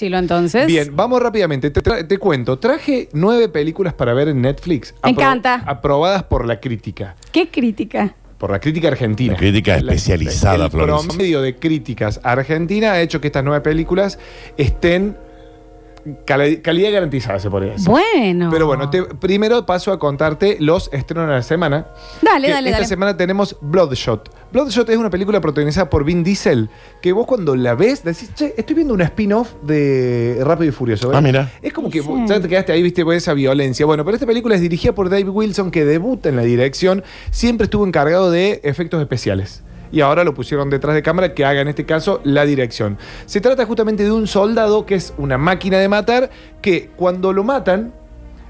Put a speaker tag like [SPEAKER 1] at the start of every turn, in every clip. [SPEAKER 1] Sí, lo entonces.
[SPEAKER 2] Bien, vamos rápidamente. Te, tra- te cuento. Traje nueve películas para ver en Netflix.
[SPEAKER 1] Me
[SPEAKER 2] Apro-
[SPEAKER 1] encanta.
[SPEAKER 2] Aprobadas por la crítica.
[SPEAKER 1] ¿Qué crítica?
[SPEAKER 2] Por la crítica argentina.
[SPEAKER 3] La crítica especializada,
[SPEAKER 2] el
[SPEAKER 3] Florencia.
[SPEAKER 2] promedio de críticas a argentina ha hecho que estas nueve películas estén cali- calidad garantizada, se podría decir.
[SPEAKER 1] Bueno.
[SPEAKER 2] Pero bueno, te- primero paso a contarte los estrenos de la semana.
[SPEAKER 1] Dale,
[SPEAKER 2] Que
[SPEAKER 1] dale,
[SPEAKER 2] eh, esta
[SPEAKER 1] dale.
[SPEAKER 2] semana tenemos Bloodshot. Bloodshot es una película protagonizada por Vin Diesel, que vos cuando la ves decís, che, estoy viendo una spin-off de Rápido y Furioso. ¿verdad?".
[SPEAKER 3] Ah, mira.
[SPEAKER 2] Es como que
[SPEAKER 1] Sí.
[SPEAKER 2] vos ya te quedaste ahí, viste, por esa violencia. Bueno, pero esta película es dirigida por Dave Wilson, que debuta en la dirección, siempre estuvo encargado de efectos especiales. Y ahora lo pusieron detrás de cámara que haga en este caso la dirección. Se trata justamente de un soldado que es una máquina de matar que cuando lo matan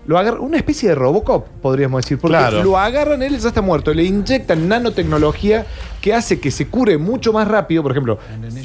[SPEAKER 2] lo agarra una especie de Robocop, podríamos decir, porque
[SPEAKER 3] Claro.
[SPEAKER 2] lo agarran, él ya está muerto, le inyectan nanotecnología que hace que se cure mucho más rápido, por ejemplo,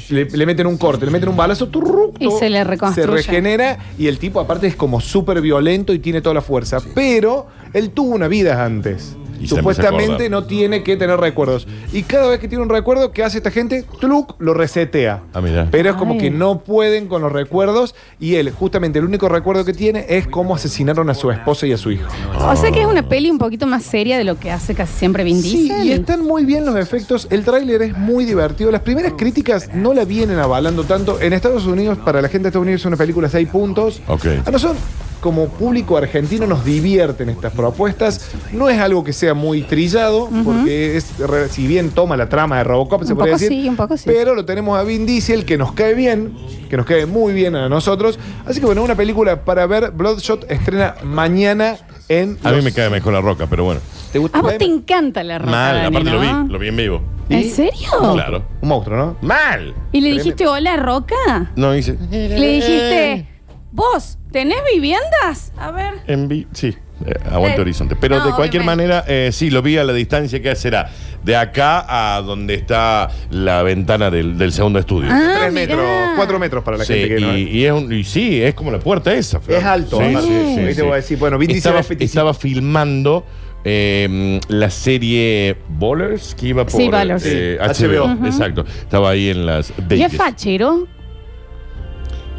[SPEAKER 2] le, le meten un corte, le meten un balazo, turru,
[SPEAKER 1] Y se le reconstruye.
[SPEAKER 2] se regenera y el tipo aparte es como súper violento y tiene toda la fuerza, pero él tuvo una vida antes.
[SPEAKER 3] Y se empieza a
[SPEAKER 2] Supuestamente
[SPEAKER 3] acordar.
[SPEAKER 2] no tiene que tener recuerdos. Y cada vez que tiene un recuerdo, ¿qué hace esta gente? Tluk, lo resetea.
[SPEAKER 3] Ah, mira.
[SPEAKER 2] Pero es como
[SPEAKER 1] Ay.
[SPEAKER 2] que no pueden con los recuerdos y él, justamente el único recuerdo que tiene es cómo asesinaron a su esposa y a su hijo.
[SPEAKER 1] O sea que es una peli un poquito más seria de lo que hace casi siempre Vin
[SPEAKER 2] Sí,
[SPEAKER 1] Diesel.
[SPEAKER 2] y están muy bien los efectos. El tráiler es muy divertido. Las primeras críticas no la vienen avalando tanto. En Estados Unidos, para la gente de Estados Unidos, es una película 6 puntos.
[SPEAKER 3] Ok.
[SPEAKER 2] A nosotros, como público argentino, nos divierten estas propuestas. No es algo que sea muy trillado, porque es, re- si bien toma la trama de Robocop, se
[SPEAKER 1] Un
[SPEAKER 2] podría
[SPEAKER 1] poco
[SPEAKER 2] decir.
[SPEAKER 1] sí, un poco sí.
[SPEAKER 2] Pero lo tenemos a Vin Diesel, que nos cae bien, que nos cae muy bien a nosotros. Así que bueno, una película para ver. Bloodshot estrena mañana en.
[SPEAKER 3] A mí
[SPEAKER 2] los-
[SPEAKER 3] me cae mejor la roca, pero bueno.
[SPEAKER 2] ¿Te gusta?
[SPEAKER 1] A Ah, vos te encanta la ropa.
[SPEAKER 3] Mal,
[SPEAKER 1] Dani,
[SPEAKER 3] aparte lo
[SPEAKER 1] ¿no?
[SPEAKER 3] vi, lo vi en vivo.
[SPEAKER 1] ¿En
[SPEAKER 2] ¿Y?
[SPEAKER 1] serio?
[SPEAKER 3] Claro.
[SPEAKER 2] Un monstruo, ¿no?
[SPEAKER 3] Mal.
[SPEAKER 1] ¿Y le
[SPEAKER 2] Tremendo. Eh,
[SPEAKER 1] dijiste hola, Roca?
[SPEAKER 3] No hice.
[SPEAKER 1] Le dijiste, vos, ¿tenés viviendas? A ver.
[SPEAKER 3] En vi- sí, eh, aguante
[SPEAKER 1] Eh,
[SPEAKER 3] horizonte. Pero
[SPEAKER 1] no,
[SPEAKER 3] de cualquier
[SPEAKER 1] obviamente.
[SPEAKER 3] manera, eh, sí, lo vi a la distancia que será. De acá a donde está la ventana del, del segundo estudio.
[SPEAKER 1] Ah,
[SPEAKER 2] Tres metros,
[SPEAKER 1] mirá.
[SPEAKER 2] cuatro metros para la
[SPEAKER 3] Sí,
[SPEAKER 2] gente que no
[SPEAKER 3] y, y es un- y sí, es como la puerta esa. Flor.
[SPEAKER 2] Es alto,
[SPEAKER 3] Sí,
[SPEAKER 2] aparte.
[SPEAKER 3] sí, sí,
[SPEAKER 2] Ahí te
[SPEAKER 3] sí.
[SPEAKER 2] voy a decir, bueno, Vin Diesel
[SPEAKER 3] estaba,
[SPEAKER 2] es petición.
[SPEAKER 3] estaba filmando eh, la serie Ballers que iba por
[SPEAKER 1] Sí, Ballers.
[SPEAKER 3] eh,
[SPEAKER 2] Sí.
[SPEAKER 3] HBO.
[SPEAKER 2] Ujú.
[SPEAKER 3] Exacto. Estaba ahí en las.
[SPEAKER 1] ¿Y es
[SPEAKER 3] Vegas.
[SPEAKER 1] fachero?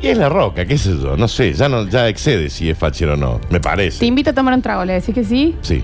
[SPEAKER 3] Y es la roca, qué sé yo. No sé, ya, no, ya excede si es fachero o no. Me parece.
[SPEAKER 1] Te invito a tomar un trago, le decís que sí.
[SPEAKER 3] Sí.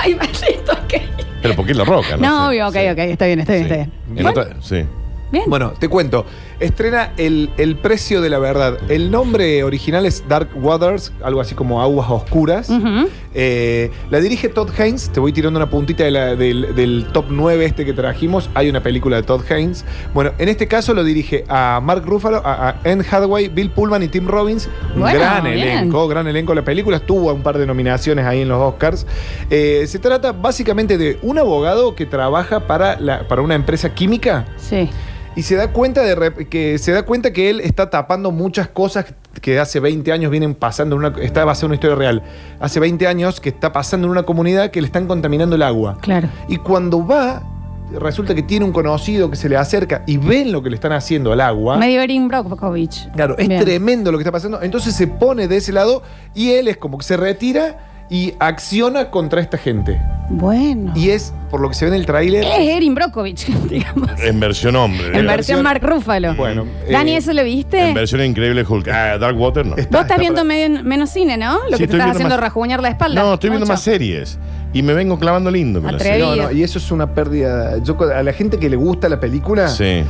[SPEAKER 1] Ay, maldito, ok.
[SPEAKER 3] Pero porque es la roca, ¿no?
[SPEAKER 1] No,
[SPEAKER 3] sé.
[SPEAKER 1] obvio, ok,
[SPEAKER 3] Sí.
[SPEAKER 1] ok, está bien, está bien, está bien.
[SPEAKER 3] En otra- sí.
[SPEAKER 1] Bien.
[SPEAKER 2] Bueno, te cuento. Estrena el, El precio de la verdad. El nombre original es Dark Waters, algo así como Aguas Oscuras.
[SPEAKER 1] Ujú.
[SPEAKER 2] Eh, la dirige Todd Haynes. Te voy tirando una puntita de la- del, del top 9 este que trajimos. Hay una película de Todd Haynes. Bueno, en este caso lo dirige a Mark Ruffalo, a, a Anne Hathaway, Bill Pullman y Tim Robbins. Un
[SPEAKER 1] Bueno,
[SPEAKER 2] gran
[SPEAKER 1] bien.
[SPEAKER 2] elenco, gran elenco. La película estuvo a un par de nominaciones ahí en los Oscars. Eh, se trata básicamente de un abogado que trabaja para, la- para una empresa química
[SPEAKER 1] Sí.
[SPEAKER 2] y se da cuenta de rep- que se da cuenta que él está tapando muchas cosas que hace 20 años vienen pasando en una esta va a ser una historia real. Hace 20 años que está pasando en una comunidad que le están contaminando el agua.
[SPEAKER 1] Claro.
[SPEAKER 2] Y cuando va resulta que tiene un conocido que se le acerca y ven lo que le están haciendo al agua.
[SPEAKER 1] Medio Erin Brockovich.
[SPEAKER 2] Ah. Claro, es
[SPEAKER 1] Bien.
[SPEAKER 2] tremendo lo que está pasando. Entonces se pone de ese lado y él es como que se retira y acciona contra esta gente.
[SPEAKER 1] Bueno.
[SPEAKER 2] Y es por lo que se ve en el tráiler
[SPEAKER 1] Es Erin Brockovich, digamos.
[SPEAKER 3] En Eh, versión hombre.
[SPEAKER 1] En
[SPEAKER 3] digamos.
[SPEAKER 1] versión Mark Ruffalo.
[SPEAKER 2] Bueno,
[SPEAKER 1] Dani,
[SPEAKER 2] eh,
[SPEAKER 1] ¿eso lo viste?
[SPEAKER 3] En versión increíble Hulk. Ah, Dark Water no.
[SPEAKER 1] Vos estás
[SPEAKER 2] está
[SPEAKER 1] viendo
[SPEAKER 2] para-
[SPEAKER 1] medio- menos cine, ¿no? Lo
[SPEAKER 3] Sí,
[SPEAKER 1] que te
[SPEAKER 3] estoy
[SPEAKER 1] estás
[SPEAKER 3] viendo
[SPEAKER 1] haciendo
[SPEAKER 3] más-
[SPEAKER 1] rajuñar la espalda.
[SPEAKER 3] No, estoy viendo
[SPEAKER 1] Mucho.
[SPEAKER 3] más series. Y me vengo clavando lindo con las
[SPEAKER 1] Atrevi-
[SPEAKER 3] series.
[SPEAKER 2] No, no, y eso es una pérdida. Yo, co- a la gente que le gusta la película,
[SPEAKER 3] Sí.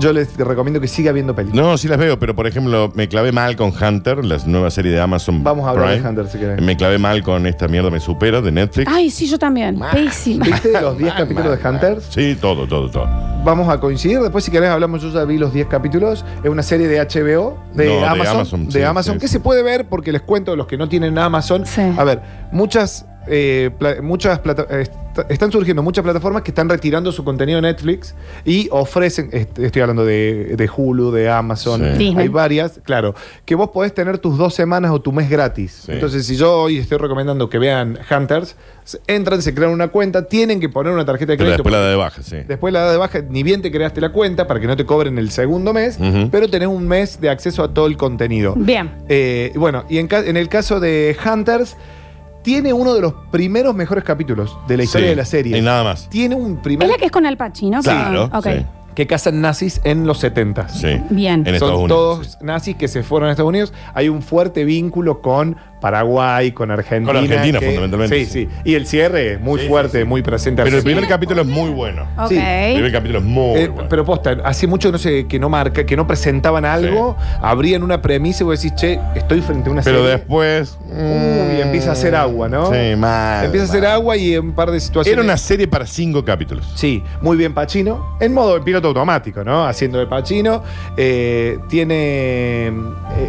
[SPEAKER 2] yo les recomiendo que siga viendo películas.
[SPEAKER 3] No, sí las veo, pero por ejemplo, me clavé mal con Hunter, la nueva serie de Amazon.
[SPEAKER 2] Vamos a hablar de
[SPEAKER 3] Prime.
[SPEAKER 2] Hunter, si querés.
[SPEAKER 3] Me clavé mal con esta mierda me supera de Netflix.
[SPEAKER 1] Ay, sí, yo también. Pésima.
[SPEAKER 2] ¿Viste los 10 capítulos de Hunters?
[SPEAKER 3] Sí, todo, todo, todo.
[SPEAKER 2] Vamos a coincidir. Después, si querés, hablamos. Yo ya vi los 10 capítulos. Es una serie de HBO, de
[SPEAKER 3] No, de
[SPEAKER 2] Amazon. De Amazon,
[SPEAKER 3] Amazon, sí, sí,
[SPEAKER 2] que
[SPEAKER 3] sí.
[SPEAKER 2] se puede ver porque les cuento los que no tienen Amazon.
[SPEAKER 1] Sí.
[SPEAKER 2] A ver, muchas. eh, pla- muchas plata- eh, est- están surgiendo muchas plataformas que están retirando su contenido de Netflix y ofrecen, est- estoy hablando de, de Hulu, de Amazon,
[SPEAKER 3] Sí.
[SPEAKER 1] Disney.
[SPEAKER 2] hay varias, claro, que vos podés tener tus dos semanas o tu mes gratis.
[SPEAKER 3] Sí.
[SPEAKER 2] Entonces, si yo hoy estoy recomendando que vean Hunters, se- entran, se crean una cuenta, tienen que poner una tarjeta de
[SPEAKER 3] Pero
[SPEAKER 2] crédito.
[SPEAKER 3] después la de baja, sí.
[SPEAKER 2] Después la edad de baja, ni bien te creaste la cuenta para que no te cobren el segundo mes,
[SPEAKER 3] Ujú.
[SPEAKER 2] pero tenés un mes de acceso a todo el contenido.
[SPEAKER 1] Bien.
[SPEAKER 2] Eh, bueno, y en, ca- en el caso de Hunters, tiene uno de los primeros mejores capítulos de la historia
[SPEAKER 3] Sí,
[SPEAKER 2] de la serie.
[SPEAKER 3] Y nada más.
[SPEAKER 2] Tiene un primer.
[SPEAKER 1] Es la que es con Al Pacino.
[SPEAKER 3] Claro,
[SPEAKER 1] Ok.
[SPEAKER 3] sí.
[SPEAKER 2] que cazan nazis en los 70.
[SPEAKER 3] Sí.
[SPEAKER 1] Bien.
[SPEAKER 3] En Estados
[SPEAKER 2] Son
[SPEAKER 3] Unidos.
[SPEAKER 2] todos nazis que se fueron a Estados Unidos. Hay un fuerte vínculo con Paraguay, con Argentina.
[SPEAKER 3] Con Argentina,
[SPEAKER 2] que-
[SPEAKER 3] fundamentalmente,
[SPEAKER 2] Sí, sí, Y el cierre es muy
[SPEAKER 3] Sí, sí,
[SPEAKER 2] fuerte,
[SPEAKER 3] sí.
[SPEAKER 2] muy presente.
[SPEAKER 3] Pero el
[SPEAKER 2] Sí.
[SPEAKER 3] primer capítulo es muy bueno.
[SPEAKER 1] Ok.
[SPEAKER 2] Sí.
[SPEAKER 3] El primer capítulo es muy
[SPEAKER 2] Eh,
[SPEAKER 3] bueno.
[SPEAKER 2] pero posta, hace mucho no sé, que no marca, que no presentaban algo, abrían una premisa y vos decís, che, estoy frente a una
[SPEAKER 3] Pero
[SPEAKER 2] serie.
[SPEAKER 3] después. mm,
[SPEAKER 2] Uy, empieza a hacer agua, ¿no?
[SPEAKER 3] Sí, mal.
[SPEAKER 2] Empieza a hacer
[SPEAKER 3] mal.
[SPEAKER 2] agua y en un par de situaciones.
[SPEAKER 3] Era una serie para cinco capítulos.
[SPEAKER 2] Sí, muy bien Pacino. En modo piloto automático, ¿no? Haciendo de Pacino. Eh, tiene. eh,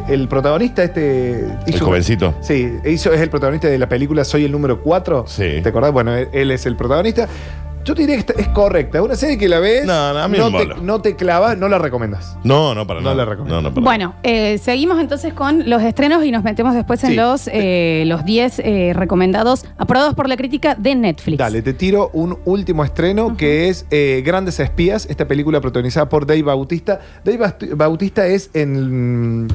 [SPEAKER 2] el protagonista, este.
[SPEAKER 3] El
[SPEAKER 2] hizo-
[SPEAKER 3] jovencito.
[SPEAKER 2] Sí, hizo, es el protagonista de la película Soy el número 4.
[SPEAKER 3] Sí.
[SPEAKER 2] ¿Te acordás? Bueno, e-, él, él es el protagonista. Yo te diría que está- es correcta. Es una serie que la ves.
[SPEAKER 3] No, no, a mí me mola.
[SPEAKER 2] te, no te clavas, no la recomendas.
[SPEAKER 3] No, no, para
[SPEAKER 2] No
[SPEAKER 3] nada.
[SPEAKER 2] la recomiendo.
[SPEAKER 3] No, no, para
[SPEAKER 1] Bueno, eh, seguimos entonces con los estrenos y nos metemos después en
[SPEAKER 2] Sí.
[SPEAKER 1] los eh, los 10 eh, recomendados aprobados por la crítica de Netflix.
[SPEAKER 2] Dale, te tiro un último estreno que es eh, Grandes Espías, esta película protagonizada por Dave Bautista. Dave Baut- Bautista es en.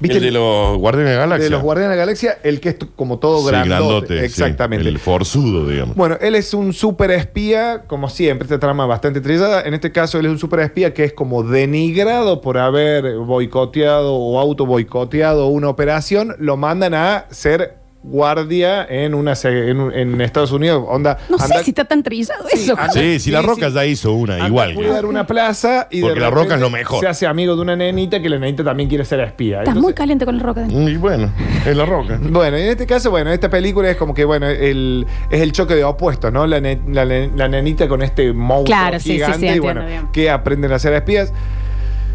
[SPEAKER 2] ¿viste
[SPEAKER 3] El de los Guardianes de la Galaxia.
[SPEAKER 2] De los Guardianes de la Galaxia, el que es t- como todo
[SPEAKER 3] Sí,
[SPEAKER 2] grandote.
[SPEAKER 3] sí.
[SPEAKER 2] Exactamente.
[SPEAKER 3] el forzudo, digamos.
[SPEAKER 2] Bueno, él es un super espía, como siempre, esta trama bastante trillada. En este caso, él es un super espía que es como denigrado por haber boicoteado o auto boicoteado una operación. Lo mandan a ser guardia en una se- en, un- en Estados Unidos. Onda,
[SPEAKER 1] No
[SPEAKER 2] anda-
[SPEAKER 1] sé si está tan trillado
[SPEAKER 2] Sí,
[SPEAKER 1] eso.
[SPEAKER 2] anda-
[SPEAKER 3] sí, si la
[SPEAKER 2] sí,
[SPEAKER 3] Roca
[SPEAKER 2] sí.
[SPEAKER 3] ya hizo una,
[SPEAKER 2] anda a
[SPEAKER 3] igual. que-
[SPEAKER 2] cuidar una plaza y de
[SPEAKER 3] Porque La Roca
[SPEAKER 2] repente
[SPEAKER 3] es lo mejor.
[SPEAKER 2] Se hace amigo de una nenita que la nenita también quiere ser espía.
[SPEAKER 1] Estás
[SPEAKER 2] Entonces-
[SPEAKER 1] muy caliente con el roca. Dani.
[SPEAKER 3] Y bueno, es la Roca.
[SPEAKER 2] Bueno, y en este caso, bueno, esta película es como que, bueno, el, es el choque de opuestos, ¿no? La, ne- la ne- la nenita con este monstruo
[SPEAKER 1] Claro, sí, sí, sí,
[SPEAKER 2] gigante y
[SPEAKER 1] entiendo,
[SPEAKER 2] bueno,
[SPEAKER 1] bien.
[SPEAKER 2] que aprenden a ser espías.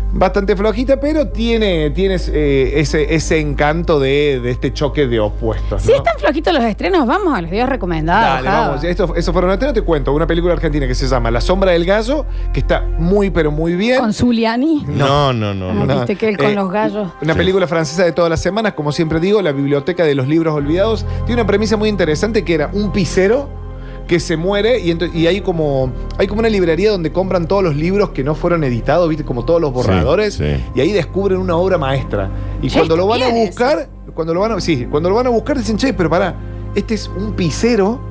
[SPEAKER 2] Bastante flojita, pero tiene, tienes ese, ese encanto de, de este choque de opuestos.
[SPEAKER 1] Si
[SPEAKER 2] ¿no?
[SPEAKER 1] están flojitos los estrenos, vamos a los 10 recomendados.
[SPEAKER 2] Dale,
[SPEAKER 1] Java.
[SPEAKER 2] vamos. Este- Esto, eso fueron antes, no te cuento. Una película argentina que se llama La sombra del gallo, que está muy, pero muy bien.
[SPEAKER 1] Con Zuliani.
[SPEAKER 3] No, no, no. no.
[SPEAKER 1] Ah, viste que él con los gallos.
[SPEAKER 2] Eh, Una
[SPEAKER 3] Sí.
[SPEAKER 2] película francesa de todas las semanas, como siempre digo, la biblioteca de los libros olvidados. Tiene una premisa muy interesante que era un pisero que se muere y, ento- y hay como hay como una librería donde compran todos los libros que no fueron editados, viste, como todos los borradores
[SPEAKER 3] Sí, sí.
[SPEAKER 2] y ahí descubren una obra maestra. Y
[SPEAKER 1] Che,
[SPEAKER 2] cuando lo van a
[SPEAKER 1] bien
[SPEAKER 2] buscar, cuando lo van a sí, cuando lo van a buscar dicen, "Che, pero pará, este es un pisero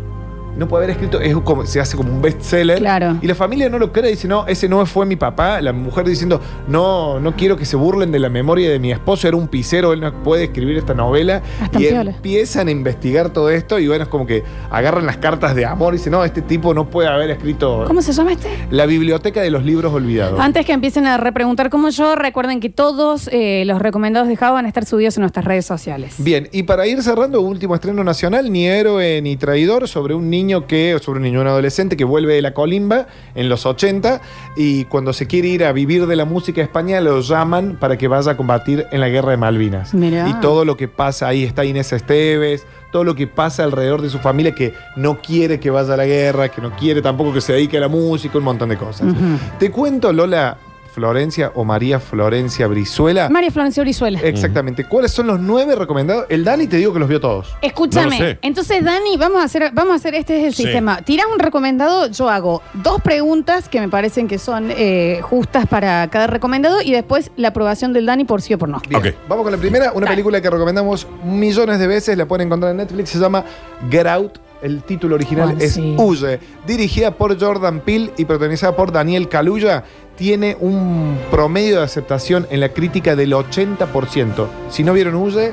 [SPEAKER 2] no puede haber escrito, es como, se hace como un bestseller.
[SPEAKER 1] Claro.
[SPEAKER 2] Y la familia no lo cree, dice, no, ese no fue mi papá. La mujer diciendo, no, no quiero que se burlen de la memoria de mi esposo, era un pisero, él no puede escribir esta novela.
[SPEAKER 1] Hasta
[SPEAKER 2] y
[SPEAKER 1] en piola.
[SPEAKER 2] empiezan a investigar todo esto y bueno, es como que agarran las cartas de amor y dicen, no, este tipo no puede haber escrito
[SPEAKER 1] ¿Cómo Ah, se llama este?
[SPEAKER 2] la biblioteca de los libros olvidados.
[SPEAKER 1] Antes que empiecen a repreguntar como yo, recuerden que todos eh, los recomendados de Java van a estar subidos en nuestras redes sociales.
[SPEAKER 2] Bien, y para ir cerrando, último estreno nacional, ni héroe ni traidor, sobre un niño que, o sobre un niño, un adolescente que vuelve de la colimba en los 80 y cuando se quiere ir a vivir de la música a España lo llaman para que vaya a combatir en la guerra de Malvinas.
[SPEAKER 1] Mirá.
[SPEAKER 2] Y todo lo que pasa ahí, está Inés Esteves, todo lo que pasa alrededor de su familia que no quiere que vaya a la guerra, que no quiere tampoco que se dedique a la música, un montón de cosas.
[SPEAKER 1] Ujú.
[SPEAKER 2] Te cuento, Lola Florencia o María Florencia Brizuela.
[SPEAKER 1] María Florencia Orizuela.
[SPEAKER 2] Eh, Exactamente. ¿Cuáles son los nueve recomendados? El Dani te digo que los vio todos.
[SPEAKER 1] Escúchame,
[SPEAKER 3] No lo sé.
[SPEAKER 1] entonces Dani, vamos a hacer, vamos a hacer, este es el
[SPEAKER 3] Sí.
[SPEAKER 1] sistema. Tirás un recomendado, yo hago dos preguntas que me parecen que son eh, justas para cada recomendado y después la aprobación del Dani por sí o por no.
[SPEAKER 2] Bien.
[SPEAKER 3] Ok.
[SPEAKER 2] Vamos con la primera, una
[SPEAKER 1] Dale.
[SPEAKER 2] película que recomendamos millones de veces, la pueden encontrar en Netflix, se llama Get Out. El título original
[SPEAKER 1] Juan,
[SPEAKER 2] es
[SPEAKER 1] sí.
[SPEAKER 2] Huye, dirigida por Jordan Peele y protagonizada por Daniel Kaluuya. Tiene un promedio de aceptación en la crítica del 80%. Si no vieron Huye,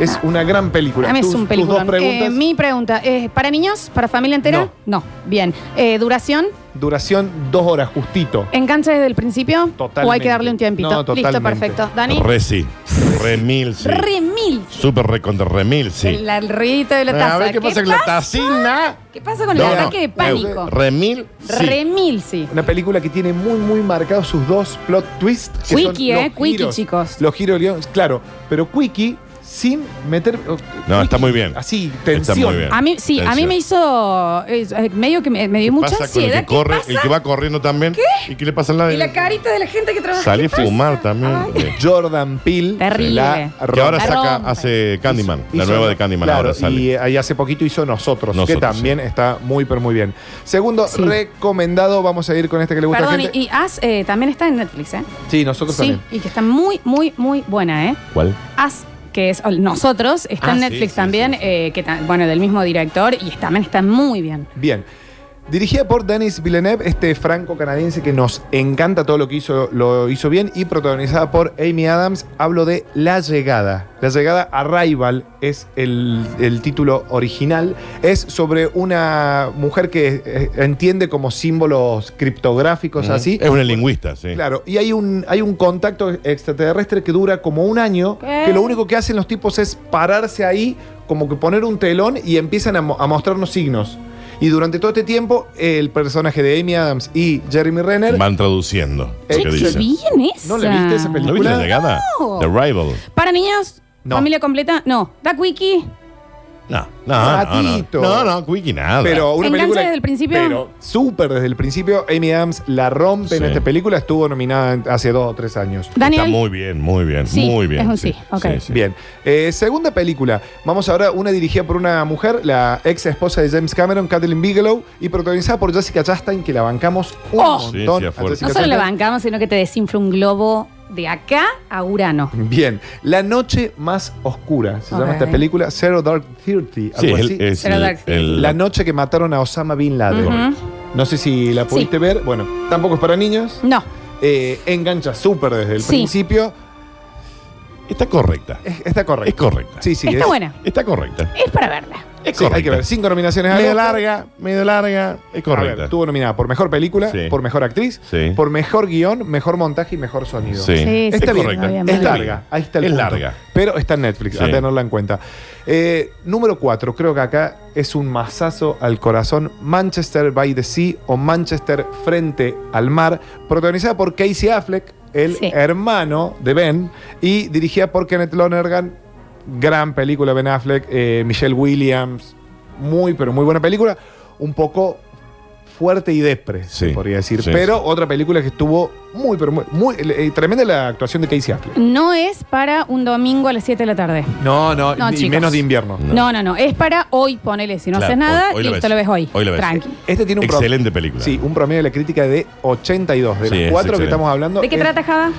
[SPEAKER 2] es una gran película.
[SPEAKER 1] Dame
[SPEAKER 2] Tus-
[SPEAKER 1] un
[SPEAKER 2] tus
[SPEAKER 1] película.
[SPEAKER 2] dos preguntas,
[SPEAKER 1] mi pregunta, ¿es ¿para niños? ¿Para familia entera? No. Bien. Eh, ¿Duración?
[SPEAKER 2] duración dos horas, justito.
[SPEAKER 1] ¿Engancha desde el principio?
[SPEAKER 2] Totalmente.
[SPEAKER 1] ¿O hay que darle un tiempito?
[SPEAKER 2] No,
[SPEAKER 1] Listo,
[SPEAKER 2] totalmente.
[SPEAKER 1] perfecto. Dani,
[SPEAKER 3] Re sí. Re mil sí.
[SPEAKER 1] re mil.
[SPEAKER 3] Super re contra re mil sí. Eh,
[SPEAKER 1] La- el ruidito de la taza.
[SPEAKER 3] a ver qué pasa con la tacina.
[SPEAKER 1] ¿Qué pasa con
[SPEAKER 3] No,
[SPEAKER 1] el
[SPEAKER 3] no.
[SPEAKER 1] ataque de pánico?
[SPEAKER 3] Eh, Re mil sí.
[SPEAKER 1] Re mil, sí.
[SPEAKER 2] Una película que tiene muy, muy marcados sus dos plot twists. que
[SPEAKER 1] Quickie,
[SPEAKER 2] son
[SPEAKER 1] ¿eh?
[SPEAKER 2] los
[SPEAKER 1] Quickie,
[SPEAKER 2] giros.
[SPEAKER 1] chicos.
[SPEAKER 2] Los giros, guiones, claro. Pero Quickie sin meter. No,
[SPEAKER 3] No, está muy bien.
[SPEAKER 2] Así,
[SPEAKER 3] Está
[SPEAKER 2] tensión.
[SPEAKER 3] muy bien.
[SPEAKER 1] A mí, sí, a mí
[SPEAKER 3] Tensión.
[SPEAKER 1] me hizo. eh, eh, medio que me, me dio mucha
[SPEAKER 3] pasa con el
[SPEAKER 1] ansiedad.
[SPEAKER 3] que corre,
[SPEAKER 1] ¿Qué
[SPEAKER 3] el
[SPEAKER 1] pasa?
[SPEAKER 3] que va corriendo también. ¿Y qué le pasa a la
[SPEAKER 1] Y la carita de la gente que trabaja.
[SPEAKER 3] Salí
[SPEAKER 1] ¿qué
[SPEAKER 3] a
[SPEAKER 1] pasa?
[SPEAKER 3] fumar también.
[SPEAKER 1] Ay.
[SPEAKER 3] Eh,
[SPEAKER 2] Jordan Peele.
[SPEAKER 1] Terrible.
[SPEAKER 2] la
[SPEAKER 3] Que ahora
[SPEAKER 1] La
[SPEAKER 3] saca,
[SPEAKER 1] rompe.
[SPEAKER 3] hace Candyman, la
[SPEAKER 2] Hizo-
[SPEAKER 3] nueva de Candyman
[SPEAKER 2] claro,
[SPEAKER 3] ahora sale.
[SPEAKER 2] Y, eh, ahí hace poquito hizo Nosotros,
[SPEAKER 3] Nosotros,
[SPEAKER 2] que también está muy, pero muy bien. Segundo,
[SPEAKER 1] Sí.
[SPEAKER 2] recomendado. Vamos a ir con este que le gusta a
[SPEAKER 1] Perdón,
[SPEAKER 2] la
[SPEAKER 1] y,
[SPEAKER 2] gente.
[SPEAKER 1] y As eh, también está en Netflix, ¿eh?
[SPEAKER 2] sí, nosotros
[SPEAKER 1] Sí,
[SPEAKER 2] también.
[SPEAKER 1] y que está muy, muy, muy buena, ¿eh?
[SPEAKER 3] ¿Cuál?
[SPEAKER 1] As, que es o- nosotros, está
[SPEAKER 3] Ah,
[SPEAKER 1] en
[SPEAKER 3] sí,
[SPEAKER 1] Netflix
[SPEAKER 3] sí,
[SPEAKER 1] también,
[SPEAKER 3] sí, sí.
[SPEAKER 1] eh, que ta- bueno, del mismo director, y también está muy bien.
[SPEAKER 2] Bien. Dirigida por Denis Villeneuve, este franco-canadiense que nos encanta todo lo que hizo, lo hizo bien, y protagonizada por Amy Adams, hablo de La Llegada. La Llegada Arrival es el, el título original. Es sobre una mujer que eh, entiende como símbolos criptográficos así.
[SPEAKER 3] Es una lingüista, sí.
[SPEAKER 2] Claro, y hay un, hay un contacto extraterrestre que dura como un año,
[SPEAKER 1] ¿Qué?
[SPEAKER 2] que lo único que hacen los tipos es pararse ahí, como que poner un telón y empiezan a, mo- a mostrarnos signos. Y durante todo este tiempo, el personaje de Amy Adams y Jeremy Renner...
[SPEAKER 3] Van traduciendo.
[SPEAKER 2] Eh,
[SPEAKER 3] lo
[SPEAKER 2] ¿qué
[SPEAKER 3] que
[SPEAKER 1] Qué
[SPEAKER 3] dicen.
[SPEAKER 1] bien esa.
[SPEAKER 2] ¿No la viste esa
[SPEAKER 3] ¿No
[SPEAKER 2] película?
[SPEAKER 3] viste la llegada?
[SPEAKER 1] No.
[SPEAKER 3] The Rival.
[SPEAKER 1] Para niños,
[SPEAKER 2] No.
[SPEAKER 1] familia completa, no. Duck Wiki,
[SPEAKER 3] No, no, no, no.
[SPEAKER 2] Ratito.
[SPEAKER 3] No, no, Wiki nada.
[SPEAKER 2] Pero una
[SPEAKER 1] Engancha
[SPEAKER 2] película.
[SPEAKER 1] desde el principio.
[SPEAKER 2] Pero súper desde el principio. Amy Adams la rompe en
[SPEAKER 3] Sí.
[SPEAKER 2] esta película. Estuvo nominada en- hace dos o tres años.
[SPEAKER 1] Daniel.
[SPEAKER 3] Está muy bien, muy bien,
[SPEAKER 1] Sí,
[SPEAKER 3] muy bien.
[SPEAKER 1] es un sí, ok.
[SPEAKER 2] Bien. Eh, segunda película. Vamos ahora una dirigida por una mujer, la ex esposa de James Cameron, Kathleen Bigelow, y protagonizada por Jessica Chastain, que la bancamos un
[SPEAKER 1] Oh.
[SPEAKER 3] Sí,
[SPEAKER 2] montón.
[SPEAKER 3] sí,
[SPEAKER 2] a
[SPEAKER 3] es fuerte.
[SPEAKER 2] Jessica
[SPEAKER 1] No solo le
[SPEAKER 2] Chastain.
[SPEAKER 1] bancamos, sino que te desinfla un globo de acá a Urano.
[SPEAKER 2] Bien. La noche más oscura. Se
[SPEAKER 1] Ok.
[SPEAKER 2] llama esta película Zero Dark Thirty.
[SPEAKER 3] Sí,
[SPEAKER 2] algo
[SPEAKER 3] es
[SPEAKER 2] así.
[SPEAKER 3] el- es
[SPEAKER 1] Pero
[SPEAKER 3] el-
[SPEAKER 1] Dark Side.
[SPEAKER 3] el-
[SPEAKER 2] La noche que mataron a Osama Bin
[SPEAKER 3] Ah,
[SPEAKER 2] Laden.
[SPEAKER 1] Ujú.
[SPEAKER 2] No sé si la pudiste ver. Bueno, tampoco es para niños.
[SPEAKER 1] No.
[SPEAKER 2] Eh, engancha súper desde el
[SPEAKER 1] Sí.
[SPEAKER 2] principio.
[SPEAKER 3] Está correcta.
[SPEAKER 2] Es- Está correcto.
[SPEAKER 3] Es correcta.
[SPEAKER 2] Sí, sí.
[SPEAKER 1] Está
[SPEAKER 2] es-
[SPEAKER 1] buena.
[SPEAKER 3] Está correcta.
[SPEAKER 1] Es para verla.
[SPEAKER 3] Es
[SPEAKER 2] sí,
[SPEAKER 3] correcta.
[SPEAKER 2] hay que ver. Cinco nominaciones a
[SPEAKER 3] Medio
[SPEAKER 2] Oscar.
[SPEAKER 3] larga, medio larga. Es
[SPEAKER 2] A ver,
[SPEAKER 3] correcta.
[SPEAKER 2] estuvo nominada por mejor película,
[SPEAKER 3] Sí.
[SPEAKER 2] por mejor actriz,
[SPEAKER 3] Sí.
[SPEAKER 2] por mejor guión, mejor montaje y mejor sonido.
[SPEAKER 3] Sí.
[SPEAKER 1] Sí,
[SPEAKER 2] Está
[SPEAKER 1] sí,
[SPEAKER 2] bien.
[SPEAKER 1] correcta. bien,
[SPEAKER 2] Es
[SPEAKER 1] bien.
[SPEAKER 2] larga. Ahí está el
[SPEAKER 3] Es
[SPEAKER 2] punto.
[SPEAKER 3] larga.
[SPEAKER 2] Pero está en Netflix, a
[SPEAKER 3] Sí.
[SPEAKER 2] tenerla en cuenta. Eh, número cuatro, creo que acá es un mazazo al corazón. Manchester by the Sea o Manchester frente al mar, protagonizada por Casey Affleck, el
[SPEAKER 1] Sí.
[SPEAKER 2] hermano de Ben, y dirigida por Kenneth Lonergan. Gran película Ben Affleck, eh, Michelle Williams. Muy, pero muy buena película. Un poco fuerte y depre, se
[SPEAKER 3] Sí.
[SPEAKER 2] podría decir.
[SPEAKER 3] Sí,
[SPEAKER 2] pero
[SPEAKER 3] sí.
[SPEAKER 2] otra película que estuvo muy, pero muy, muy eh, tremenda la actuación de Casey Affleck.
[SPEAKER 1] No es para un domingo a las 7 de la tarde.
[SPEAKER 2] No, no,
[SPEAKER 1] No,
[SPEAKER 2] y
[SPEAKER 1] chicos.
[SPEAKER 2] menos de invierno.
[SPEAKER 3] No.
[SPEAKER 1] No, no, no. Es para hoy, ponele. Si no
[SPEAKER 3] Claro,
[SPEAKER 1] haces nada,
[SPEAKER 3] hoy- hoy lo
[SPEAKER 1] listo,
[SPEAKER 3] ves.
[SPEAKER 1] lo ves hoy.
[SPEAKER 3] Hoy lo ves.
[SPEAKER 1] Tranqui.
[SPEAKER 2] Este tiene un pro-
[SPEAKER 3] Excelente película.
[SPEAKER 2] Sí, un promedio de la crítica de 82, de
[SPEAKER 3] Sí,
[SPEAKER 2] las
[SPEAKER 3] es
[SPEAKER 2] cuatro que
[SPEAKER 3] excelente.
[SPEAKER 2] estamos hablando.
[SPEAKER 1] ¿De qué
[SPEAKER 2] es-
[SPEAKER 1] trata, Java?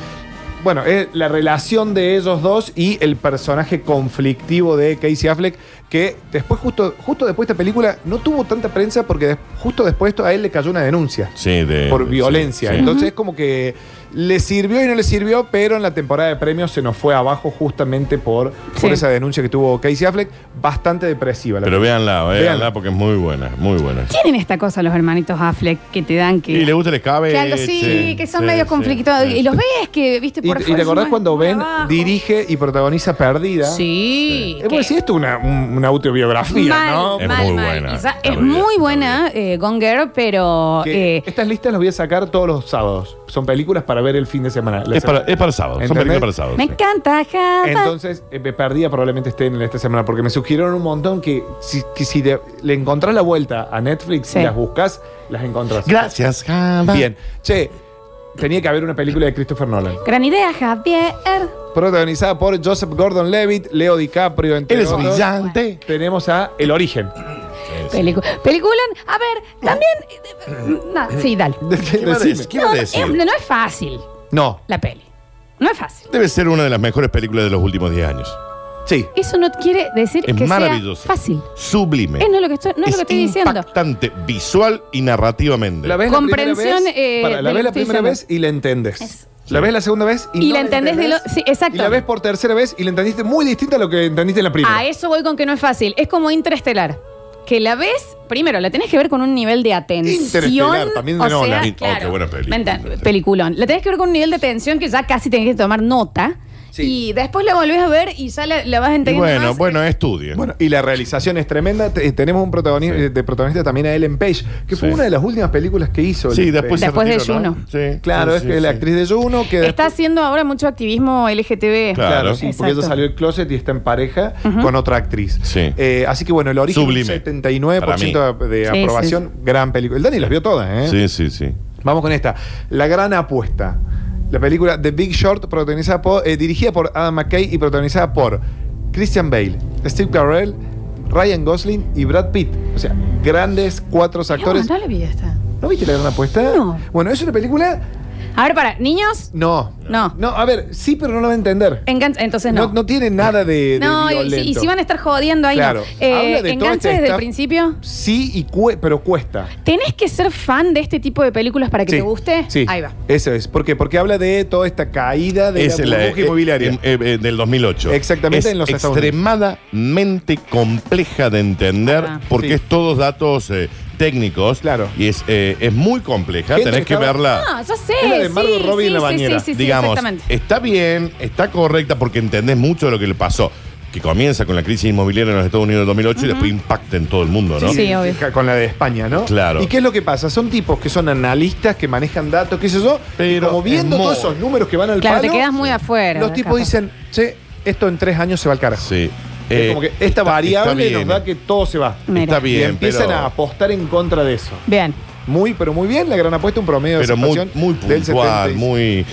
[SPEAKER 2] Bueno, es la relación de ellos dos y el personaje conflictivo de Casey Affleck, que después, justo, justo después de esta película, no tuvo tanta prensa porque des- justo después de esto a él le cayó una denuncia.
[SPEAKER 3] Sí, de-
[SPEAKER 2] por
[SPEAKER 3] Eh, sí,
[SPEAKER 2] violencia.
[SPEAKER 3] sí.
[SPEAKER 2] Entonces es como que le sirvió y no le sirvió, pero en la temporada de premios se nos fue abajo justamente por,
[SPEAKER 1] Sí.
[SPEAKER 2] por esa denuncia que tuvo Casey Affleck, bastante depresiva. La
[SPEAKER 3] Pero véanla, véanla,
[SPEAKER 2] Véanla.
[SPEAKER 3] porque es muy buena, muy buena.
[SPEAKER 1] Tienen esta cosa los hermanitos Affleck que te dan que.
[SPEAKER 3] Y le gusta el escabe.
[SPEAKER 1] que algo sí,
[SPEAKER 3] sí,
[SPEAKER 1] que son
[SPEAKER 3] sí,
[SPEAKER 1] medios
[SPEAKER 3] sí,
[SPEAKER 1] conflictados.
[SPEAKER 3] sí.
[SPEAKER 1] Y los ves que, viste,
[SPEAKER 2] y,
[SPEAKER 1] por
[SPEAKER 2] y te acordás cuando Ben
[SPEAKER 1] dirige
[SPEAKER 2] dirige y protagoniza Perdida.
[SPEAKER 1] Sí.
[SPEAKER 2] Es
[SPEAKER 1] que-
[SPEAKER 2] bueno, sí, esto es una, un- una autobiografía,
[SPEAKER 1] mal,
[SPEAKER 2] ¿no?
[SPEAKER 3] Es
[SPEAKER 1] mal,
[SPEAKER 3] muy
[SPEAKER 1] mal.
[SPEAKER 3] buena,
[SPEAKER 1] Quizá- es
[SPEAKER 3] está bien,
[SPEAKER 1] muy
[SPEAKER 3] está
[SPEAKER 1] buena eh, Gone Girl, pero
[SPEAKER 2] Que
[SPEAKER 1] eh,
[SPEAKER 2] estas listas las voy a sacar todos los sábados. Son películas para ver el fin de semana. Las-
[SPEAKER 3] Es para, es para sábado. Son
[SPEAKER 2] ¿Entendés?
[SPEAKER 3] películas para sábado.
[SPEAKER 1] me
[SPEAKER 3] sí.
[SPEAKER 1] encanta. Java.
[SPEAKER 2] Entonces, eh, Perdida probablemente esté en esta semana, porque me sugirieron un montón que si, que si de- le encontrás la vuelta a Netflix
[SPEAKER 1] Sí.
[SPEAKER 2] y las buscas, las encontrás.
[SPEAKER 3] Gracias, Java.
[SPEAKER 2] Bien. Che, tenía que haber una película de Christopher Nolan.
[SPEAKER 1] Gran idea, Javier.
[SPEAKER 2] Protagonizada por Joseph Gordon-Levitt, Leo DiCaprio, entre
[SPEAKER 3] Eres
[SPEAKER 2] otros.
[SPEAKER 3] brillante.
[SPEAKER 2] Tenemos a El Origen.
[SPEAKER 1] Pelicu- Peliculan. A ver, también. eh, eh, no, sí, dale.
[SPEAKER 3] ¿Qué va a
[SPEAKER 2] Decime.
[SPEAKER 3] decir? ¿Qué va
[SPEAKER 1] No,
[SPEAKER 3] a
[SPEAKER 1] no,
[SPEAKER 3] decir?
[SPEAKER 1] eh, no es fácil
[SPEAKER 2] No,
[SPEAKER 1] la peli. No es fácil.
[SPEAKER 3] Debe ser una de las mejores películas de los últimos 10 años.
[SPEAKER 2] sí.
[SPEAKER 1] Eso no quiere decir
[SPEAKER 3] Es
[SPEAKER 1] que sea
[SPEAKER 3] maravilloso.
[SPEAKER 1] fácil.
[SPEAKER 3] Sublime.
[SPEAKER 1] Es no lo que estoy, no es lo que estoy diciendo.
[SPEAKER 3] impactante visual y narrativamente.
[SPEAKER 2] La ves la primera
[SPEAKER 1] Comprensión,
[SPEAKER 2] vez,
[SPEAKER 1] eh,
[SPEAKER 2] para, la
[SPEAKER 1] de
[SPEAKER 2] ves
[SPEAKER 1] lo
[SPEAKER 2] la
[SPEAKER 1] que estoy
[SPEAKER 2] primera
[SPEAKER 1] diciendo.
[SPEAKER 2] vez y la entendés.
[SPEAKER 1] Es-
[SPEAKER 2] La ves la segunda vez y,
[SPEAKER 1] Y
[SPEAKER 2] no
[SPEAKER 1] la entendés de lo. Sí, exacto.
[SPEAKER 2] Y la ves por tercera vez y la entendiste muy distinta a lo que entendiste en la primera.
[SPEAKER 1] A eso voy con que no es fácil. Es como interestelar. Que la ves, primero, la tenés que ver con un nivel de atención.
[SPEAKER 2] Interestelar, también de
[SPEAKER 1] o sea,
[SPEAKER 2] Nolan.
[SPEAKER 3] Oh,
[SPEAKER 1] claro,
[SPEAKER 3] qué buena película.
[SPEAKER 1] ¿me entiendes? Peliculón. La tenés que ver con un nivel de atención que ya casi tenés que tomar nota.
[SPEAKER 2] Sí.
[SPEAKER 1] Y después la volvés a ver y ya la, la vas
[SPEAKER 3] Y
[SPEAKER 1] entendiendo.
[SPEAKER 3] bueno,
[SPEAKER 1] más.
[SPEAKER 3] bueno, estudien.
[SPEAKER 2] Bueno, y la realización es tremenda. Te- eh, tenemos un protagonista,
[SPEAKER 3] Sí.
[SPEAKER 2] de protagonista también a Ellen Page, que fue
[SPEAKER 3] Sí.
[SPEAKER 2] una de las últimas películas que hizo.
[SPEAKER 3] sí,
[SPEAKER 2] Ellen
[SPEAKER 3] después, se
[SPEAKER 1] Después de
[SPEAKER 3] retiró, ¿no?
[SPEAKER 1] Juno.
[SPEAKER 3] Sí,
[SPEAKER 2] Page. Claro,
[SPEAKER 3] sí,
[SPEAKER 2] es
[SPEAKER 3] sí,
[SPEAKER 2] que la
[SPEAKER 3] sí.
[SPEAKER 2] actriz de Juno que
[SPEAKER 1] Está
[SPEAKER 2] después-
[SPEAKER 1] haciendo ahora mucho activismo LGTB.
[SPEAKER 3] Claro.
[SPEAKER 2] Claro, sí, porque
[SPEAKER 1] Exacto.
[SPEAKER 2] ella salió del closet y está en pareja con otra actriz.
[SPEAKER 3] Sí.
[SPEAKER 2] Eh, así que bueno, el origen
[SPEAKER 3] Sublime.
[SPEAKER 2] un 79% de
[SPEAKER 1] Sí,
[SPEAKER 2] aprobación, gran película. El Dani las vio todas, ¿eh?
[SPEAKER 3] Sí, sí, sí.
[SPEAKER 2] Vamos con esta. La gran apuesta. La película The Big Short, protagonizada por, eh, dirigida por Adam McKay y protagonizada por Christian Bale, Steve Carell, Ryan Gosling y Brad Pitt. O sea, grandes cuatro
[SPEAKER 1] Qué bueno,
[SPEAKER 2] actores.
[SPEAKER 1] no la vi esta.
[SPEAKER 2] ¿No viste la gran apuesta?
[SPEAKER 1] No.
[SPEAKER 2] Bueno, es una película
[SPEAKER 1] A ver, para, niños,
[SPEAKER 2] No.
[SPEAKER 1] No.
[SPEAKER 2] No, a ver, sí, pero no lo va a entender.
[SPEAKER 1] engan- entonces
[SPEAKER 2] No,
[SPEAKER 1] no.
[SPEAKER 2] no tiene nada de. de
[SPEAKER 1] No, y, si-
[SPEAKER 2] violento.
[SPEAKER 1] y si van a estar jodiendo ahí,
[SPEAKER 2] Claro.
[SPEAKER 1] no. Eh,
[SPEAKER 2] Habla de todo
[SPEAKER 1] engancha
[SPEAKER 2] este
[SPEAKER 1] desde el
[SPEAKER 2] staff.
[SPEAKER 1] principio.
[SPEAKER 2] Sí, y cue- pero cuesta.
[SPEAKER 1] ¿Tenés que ser fan de este tipo de películas para que
[SPEAKER 2] Sí.
[SPEAKER 1] te guste?
[SPEAKER 2] Sí.
[SPEAKER 1] Ahí va.
[SPEAKER 2] Eso es. ¿Por qué? Porque habla de toda esta caída de
[SPEAKER 3] Es
[SPEAKER 2] la
[SPEAKER 3] la-
[SPEAKER 2] burbuja
[SPEAKER 3] eh,
[SPEAKER 2] inmobiliaria.
[SPEAKER 3] em, eh, eh, del 2008.
[SPEAKER 2] Exactamente,
[SPEAKER 3] Es
[SPEAKER 2] en los Estados Unidos.
[SPEAKER 3] extremadamente compleja de entender
[SPEAKER 1] Ah.
[SPEAKER 3] porque
[SPEAKER 2] Sí.
[SPEAKER 3] es todos datos eh, técnicos.
[SPEAKER 2] Claro.
[SPEAKER 3] Y es, eh, es muy compleja.
[SPEAKER 2] Gente
[SPEAKER 3] Tenés
[SPEAKER 2] que
[SPEAKER 3] que
[SPEAKER 2] estaba-
[SPEAKER 3] verla.
[SPEAKER 1] No, yo sé.
[SPEAKER 2] Es la de Margot
[SPEAKER 1] sí,
[SPEAKER 2] Robbie en
[SPEAKER 1] sí,
[SPEAKER 2] la
[SPEAKER 1] sí,
[SPEAKER 2] bañera,
[SPEAKER 1] Ah, sí, sí, sí,
[SPEAKER 3] digamos,
[SPEAKER 1] exactamente.
[SPEAKER 3] está bien, está correcta porque entendés mucho de lo que le pasó. Que comienza con la crisis inmobiliaria en los Estados Unidos del 2008 y después impacta en todo el mundo, ¿no?
[SPEAKER 1] Sí, obvio.
[SPEAKER 2] ja- Con la de España, ¿no?
[SPEAKER 3] Claro.
[SPEAKER 2] ¿Y qué es lo que pasa? Son tipos que son analistas, que manejan datos, qué sé yo,
[SPEAKER 3] Pero
[SPEAKER 2] pero como viendo
[SPEAKER 3] es muy-
[SPEAKER 2] todos esos números que van al
[SPEAKER 1] Claro, te
[SPEAKER 2] palo,
[SPEAKER 1] quedas muy afuera.
[SPEAKER 2] Los tipos
[SPEAKER 1] capaz.
[SPEAKER 2] dicen, che, esto en tres años se va al carajo.
[SPEAKER 3] Sí.
[SPEAKER 2] Es
[SPEAKER 3] Eh,
[SPEAKER 2] como que esta
[SPEAKER 3] está-
[SPEAKER 2] variable
[SPEAKER 3] está
[SPEAKER 2] nos
[SPEAKER 3] bien.
[SPEAKER 2] da que todo se va.
[SPEAKER 1] Mira.
[SPEAKER 3] Está
[SPEAKER 2] y
[SPEAKER 3] bien,
[SPEAKER 2] empiezan
[SPEAKER 3] pero-
[SPEAKER 2] a apostar en contra de eso.
[SPEAKER 1] Bien.
[SPEAKER 2] Muy, pero muy bien, la gran apuesta, un promedio de
[SPEAKER 3] pero muy,
[SPEAKER 2] aceptación
[SPEAKER 3] muy
[SPEAKER 2] del
[SPEAKER 3] puntual,
[SPEAKER 2] 76.
[SPEAKER 3] muy...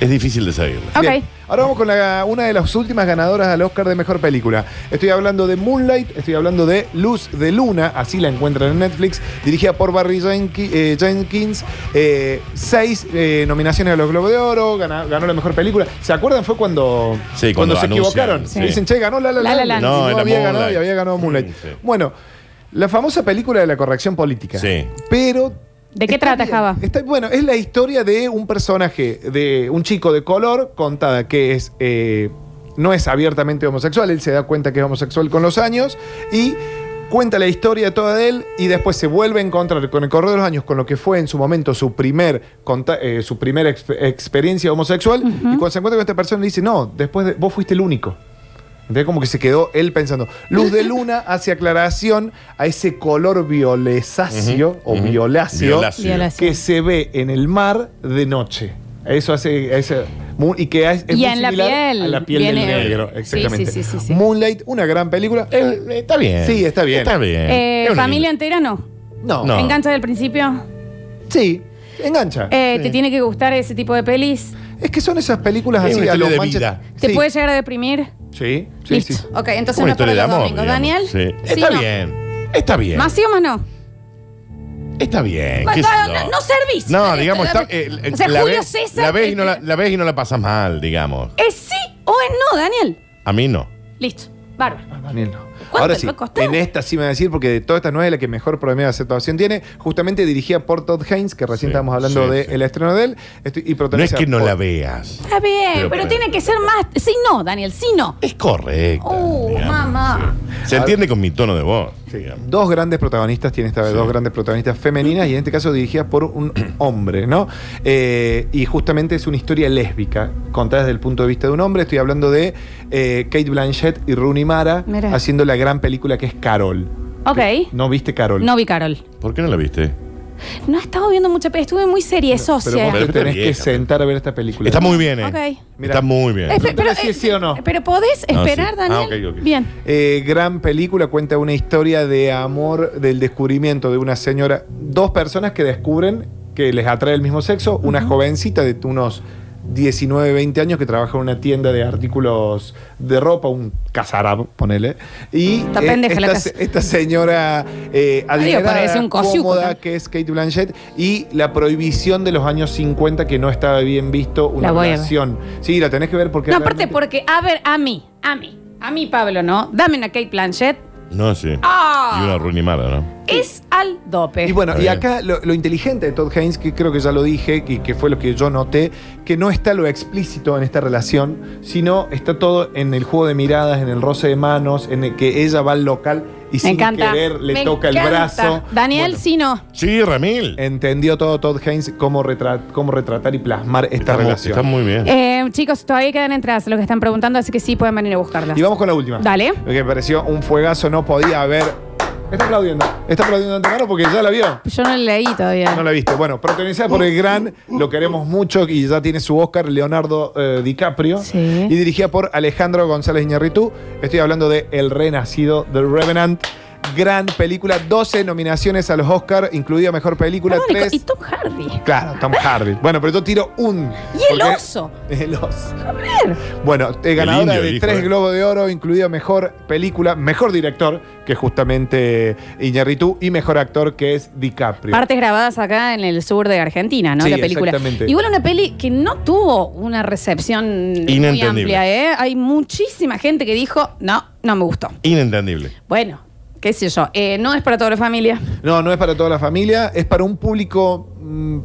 [SPEAKER 3] Es difícil de seguirla.
[SPEAKER 1] Ok.
[SPEAKER 2] Bien. Ahora vamos con la- una de las últimas ganadoras al Oscar de Mejor Película. Estoy hablando de Moonlight, estoy hablando de Luz de Luna, así la encuentran en Netflix, dirigida por Barry Jenki- eh, Jenkins. Eh, seis eh, nominaciones a los Globos de Oro, gana- ganó la Mejor Película. ¿Se acuerdan? Fue cuando,
[SPEAKER 3] Sí, cuando
[SPEAKER 2] se
[SPEAKER 3] anuncian,
[SPEAKER 2] equivocaron.
[SPEAKER 3] sí.
[SPEAKER 2] Dicen, che, ganó La La
[SPEAKER 1] La
[SPEAKER 2] Land.
[SPEAKER 1] La Land.
[SPEAKER 2] Y
[SPEAKER 3] No, era
[SPEAKER 2] había ganado
[SPEAKER 3] Moonlight.
[SPEAKER 2] y había ganado Moonlight.
[SPEAKER 3] Sí, sí.
[SPEAKER 2] Bueno, la famosa película de la corrección política.
[SPEAKER 3] Sí.
[SPEAKER 2] Pero
[SPEAKER 1] ¿De qué
[SPEAKER 2] Está
[SPEAKER 1] trata,
[SPEAKER 2] bien.
[SPEAKER 1] Java?
[SPEAKER 2] Está- bueno, es la historia de un personaje, de un chico de color, contada que es. eh, no es abiertamente homosexual, él se da cuenta que es homosexual con los años y cuenta la historia toda de él y después se vuelve a encontrar con el correr de los años con lo que fue en su momento su primer conta- eh, su primera ex- experiencia homosexual y cuando se encuentra con esta persona le dice, no, después de, vos fuiste el único. Entonces como que se quedó él pensando. Luz de luna hace aclaración a ese color violesáceo o
[SPEAKER 3] ujú.
[SPEAKER 2] violáceo,
[SPEAKER 3] Violáceo.
[SPEAKER 1] Violación.
[SPEAKER 2] que se ve en el mar de noche. Eso hace... ese- mu- y que es, es
[SPEAKER 1] Y
[SPEAKER 2] muy
[SPEAKER 1] en la
[SPEAKER 2] similar
[SPEAKER 1] piel.
[SPEAKER 2] a la piel
[SPEAKER 1] Viene-
[SPEAKER 2] del negro.
[SPEAKER 1] Sí,
[SPEAKER 2] Exactamente.
[SPEAKER 1] sí, sí, sí, sí.
[SPEAKER 2] Moonlight, una gran película.
[SPEAKER 3] Eh, eh, está bien.
[SPEAKER 2] Sí, está bien.
[SPEAKER 3] Está bien.
[SPEAKER 1] Eh,
[SPEAKER 3] Es una-
[SPEAKER 1] familia entera no.
[SPEAKER 2] No.
[SPEAKER 3] No.
[SPEAKER 1] Engancha del principio.
[SPEAKER 2] Sí, engancha.
[SPEAKER 1] Eh,
[SPEAKER 2] Sí.
[SPEAKER 1] Te tiene que gustar ese tipo de pelis.
[SPEAKER 2] Es que son esas películas
[SPEAKER 3] Es
[SPEAKER 2] así
[SPEAKER 3] una
[SPEAKER 2] a los
[SPEAKER 3] historia de
[SPEAKER 2] Manchester-
[SPEAKER 3] vida.
[SPEAKER 1] Te
[SPEAKER 2] Sí.
[SPEAKER 1] puede llegar a deprimir.
[SPEAKER 2] Sí, sí,
[SPEAKER 1] Listo.
[SPEAKER 2] sí.
[SPEAKER 1] Ok,
[SPEAKER 3] Es
[SPEAKER 1] entonces
[SPEAKER 3] una
[SPEAKER 1] no es para
[SPEAKER 3] historia de
[SPEAKER 1] los
[SPEAKER 3] amor.
[SPEAKER 1] domingos.
[SPEAKER 3] digamos.
[SPEAKER 1] Daniel.
[SPEAKER 3] Sí.
[SPEAKER 1] ¿Sí
[SPEAKER 3] Está
[SPEAKER 1] o no?
[SPEAKER 3] bien. Está bien.
[SPEAKER 1] ¿Más sí o más no?
[SPEAKER 3] Está bien.
[SPEAKER 1] No,
[SPEAKER 3] qué sé
[SPEAKER 1] no,
[SPEAKER 3] yo.
[SPEAKER 1] no servís. Este,
[SPEAKER 3] No, digamos, está, eh,
[SPEAKER 1] O
[SPEAKER 3] eh,
[SPEAKER 1] sea,
[SPEAKER 3] la,
[SPEAKER 1] Julio
[SPEAKER 3] ves-
[SPEAKER 1] César-
[SPEAKER 3] la ves y no la, la ves y no la pasas mal, digamos.
[SPEAKER 1] ¿Es sí o es no, Daniel?
[SPEAKER 3] A mí no.
[SPEAKER 1] Listo. Bárbaro.
[SPEAKER 2] Ah, Daniel no.
[SPEAKER 1] ¿Cuánto
[SPEAKER 2] Ahora
[SPEAKER 1] le
[SPEAKER 2] sí,
[SPEAKER 1] va a costar?
[SPEAKER 2] en esta sí me va a decir, porque de todas estas nueve la que mejor promedio de aceptación tiene, justamente dirigida por Todd Haynes, que recién
[SPEAKER 3] Sí,
[SPEAKER 2] estábamos hablando
[SPEAKER 3] sí,
[SPEAKER 2] del
[SPEAKER 3] sí.
[SPEAKER 2] estreno de él, estoy- y
[SPEAKER 3] No es
[SPEAKER 2] protagonizada
[SPEAKER 3] que no
[SPEAKER 2] por-
[SPEAKER 3] la veas.
[SPEAKER 1] Está bien, pero,
[SPEAKER 3] Pero bueno.
[SPEAKER 1] tiene que ser más. Sí, no, Daniel, sí, no.
[SPEAKER 3] Es correcto.
[SPEAKER 1] Uh, mamá.
[SPEAKER 3] Se entiende con mi tono de voz.
[SPEAKER 2] Sí,
[SPEAKER 3] digamos.
[SPEAKER 2] Dos grandes protagonistas, tiene esta vez
[SPEAKER 3] Sí.
[SPEAKER 2] dos grandes protagonistas femeninas y en este caso dirigidas por un hombre, ¿no? Eh, y justamente es una historia lésbica, contada desde el punto de vista de un hombre. Estoy hablando de eh, Kate Blanchett y Rooney Mara
[SPEAKER 1] Mira.
[SPEAKER 2] haciendo la gran película que es Carol.
[SPEAKER 1] Ok.
[SPEAKER 2] ¿No viste Carol?
[SPEAKER 1] No vi Carol.
[SPEAKER 3] ¿Por qué no la viste?
[SPEAKER 1] No he estado viendo mucha peli. Estuve muy serie
[SPEAKER 2] Pero vos
[SPEAKER 1] socia.
[SPEAKER 3] Pero
[SPEAKER 2] te
[SPEAKER 3] está
[SPEAKER 2] tenés que
[SPEAKER 3] vieja,
[SPEAKER 2] sentar a ver esta película.
[SPEAKER 3] Está muy bien, eh.
[SPEAKER 1] Ok. Este-
[SPEAKER 2] Mira.
[SPEAKER 3] Está muy bien.
[SPEAKER 1] Espe- eh,
[SPEAKER 2] Pregúntale si es Eh, sí o no.
[SPEAKER 1] Pero podés
[SPEAKER 3] Ah,
[SPEAKER 1] esperar,
[SPEAKER 3] sí.
[SPEAKER 1] Daniel.
[SPEAKER 3] Ah, ok, ok.
[SPEAKER 1] Bien.
[SPEAKER 2] Eh, gran película, cuenta una historia de amor, del descubrimiento de una señora, dos personas que descubren que les atrae el mismo sexo, una jovencita de unos 19, 20 años que trabaja en una tienda de artículos de ropa, un casarab, ponele. Y
[SPEAKER 1] Está
[SPEAKER 2] eh,
[SPEAKER 1] pendeja la
[SPEAKER 2] esta,
[SPEAKER 1] casa.
[SPEAKER 2] esta señora eh, adinerada,
[SPEAKER 1] parece un cosiuco,
[SPEAKER 2] cómoda,
[SPEAKER 1] ¿no?
[SPEAKER 2] que es Kate Blanchett, y la prohibición de los años 50 que no estaba bien visto una
[SPEAKER 1] La voy a ver.
[SPEAKER 2] relación. Sí, la tenés que ver porque
[SPEAKER 1] No, aparte
[SPEAKER 2] realmente-
[SPEAKER 1] porque, a ver, a mí, a mí, a mí, Pablo, ¿no? Dame una Kate Blanchett.
[SPEAKER 3] No, sí.
[SPEAKER 1] Ah.
[SPEAKER 3] Y una runimara, ¿no?
[SPEAKER 1] Es al dope.
[SPEAKER 2] Y bueno,
[SPEAKER 3] Está
[SPEAKER 2] y
[SPEAKER 3] bien.
[SPEAKER 2] acá lo, lo inteligente de Todd Haynes, que creo que ya lo dije, que, que fue lo que yo noté, que no está lo explícito en esta relación, sino está todo en el juego de miradas, en el roce de manos, en el que ella va al local y
[SPEAKER 1] Me
[SPEAKER 2] sin
[SPEAKER 1] encanta.
[SPEAKER 2] querer le
[SPEAKER 1] Me
[SPEAKER 2] toca el
[SPEAKER 1] encanta.
[SPEAKER 2] brazo.
[SPEAKER 1] Daniel,
[SPEAKER 2] Bueno,
[SPEAKER 1] sí, no.
[SPEAKER 3] Sí, Ramil.
[SPEAKER 2] Entendió todo Todd Haynes cómo, retra- cómo retratar y plasmar esta
[SPEAKER 3] Está, mu-
[SPEAKER 2] relación.
[SPEAKER 3] está muy bien.
[SPEAKER 1] Eh, chicos, todavía quedan entradas lo que están preguntando, así que sí pueden venir a buscarlas.
[SPEAKER 2] Y vamos con la última.
[SPEAKER 1] Dale.
[SPEAKER 2] Lo que me pareció un fuegazo, no podía haber. Está aplaudiendo. Está aplaudiendo de antemano porque ya la vio.
[SPEAKER 1] Yo no la leí todavía.
[SPEAKER 2] No la viste. Bueno, protagonizada por el gran, lo queremos mucho y ya tiene su Oscar, Leonardo eh, DiCaprio.
[SPEAKER 1] Sí.
[SPEAKER 2] Y dirigida por Alejandro González Iñarritu. Estoy hablando de El Renacido, The Revenant. gran película, 12 nominaciones a los Oscar, incluida mejor película,
[SPEAKER 1] Perdón, Nico,
[SPEAKER 2] 3.
[SPEAKER 1] y Tom Hardy.
[SPEAKER 2] Claro, Tom Hardy. Bueno, pero yo tiro un.
[SPEAKER 1] Y el
[SPEAKER 2] porque-
[SPEAKER 1] oso.
[SPEAKER 2] El oso.
[SPEAKER 1] A ver.
[SPEAKER 2] Bueno, eh, ganadora
[SPEAKER 3] indio,
[SPEAKER 2] de
[SPEAKER 3] dijo,
[SPEAKER 2] tres
[SPEAKER 3] eh.
[SPEAKER 2] Globos de Oro, incluida mejor película, mejor director, que es justamente Iñarritu, y mejor actor, que es DiCaprio.
[SPEAKER 1] Partes grabadas acá en el sur de Argentina, ¿no?
[SPEAKER 2] Sí,
[SPEAKER 1] la película.
[SPEAKER 2] exactamente.
[SPEAKER 1] Igual una peli que no tuvo una recepción muy
[SPEAKER 3] Inentendible.
[SPEAKER 1] amplia, ¿eh? Hay muchísima gente que dijo, no, no me gustó.
[SPEAKER 3] Inentendible.
[SPEAKER 1] Bueno, qué sé yo. eh, no es para toda la familia.
[SPEAKER 2] No, no es para toda la familia, es para un público mm,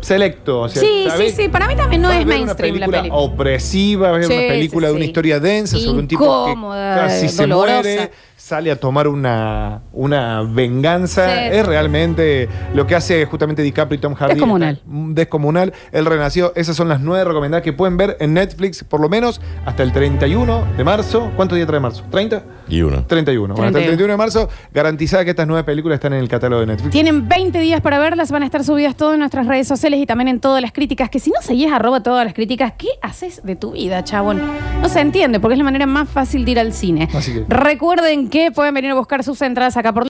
[SPEAKER 2] selecto. o sea,
[SPEAKER 1] sí, sí,
[SPEAKER 2] ¿sabés?
[SPEAKER 1] sí. Para mí también no
[SPEAKER 2] Vas a
[SPEAKER 1] es
[SPEAKER 2] ver
[SPEAKER 1] mainstream
[SPEAKER 2] una
[SPEAKER 1] la
[SPEAKER 2] película
[SPEAKER 1] peli.
[SPEAKER 2] opresiva, vas a ver
[SPEAKER 1] Sí,
[SPEAKER 2] una película
[SPEAKER 1] sí,
[SPEAKER 2] de una
[SPEAKER 1] sí.
[SPEAKER 2] historia densa sobre un tipo que
[SPEAKER 1] Incómoda,
[SPEAKER 2] casi se
[SPEAKER 1] dolorosa.
[SPEAKER 2] muere, sale a tomar una, una venganza.
[SPEAKER 1] Sí.
[SPEAKER 2] Es realmente lo que hace justamente DiCaprio y Tom Hardy.
[SPEAKER 1] Descomunal.
[SPEAKER 2] Está Descomunal. El Renacido. Esas son las nueve recomendadas que pueden ver en Netflix, por lo menos hasta el 31 de marzo. ¿Cuántos días trae marzo? ¿30?
[SPEAKER 3] Y uno.
[SPEAKER 2] 31. Bueno, hasta el
[SPEAKER 1] 31.
[SPEAKER 2] 31 de marzo, garantizada que estas nueve películas están en el catálogo de Netflix.
[SPEAKER 1] Tienen 20 días para verlas, van a estar subidas todo en nuestras redes sociales y también en todas las críticas. Que si no seguís arroba todas las críticas, ¿qué haces de tu vida, chabón? No se entiende, porque es la manera más fácil de ir al cine.
[SPEAKER 2] Así que-
[SPEAKER 1] Recuerden que pueden venir a buscar sus entradas acá por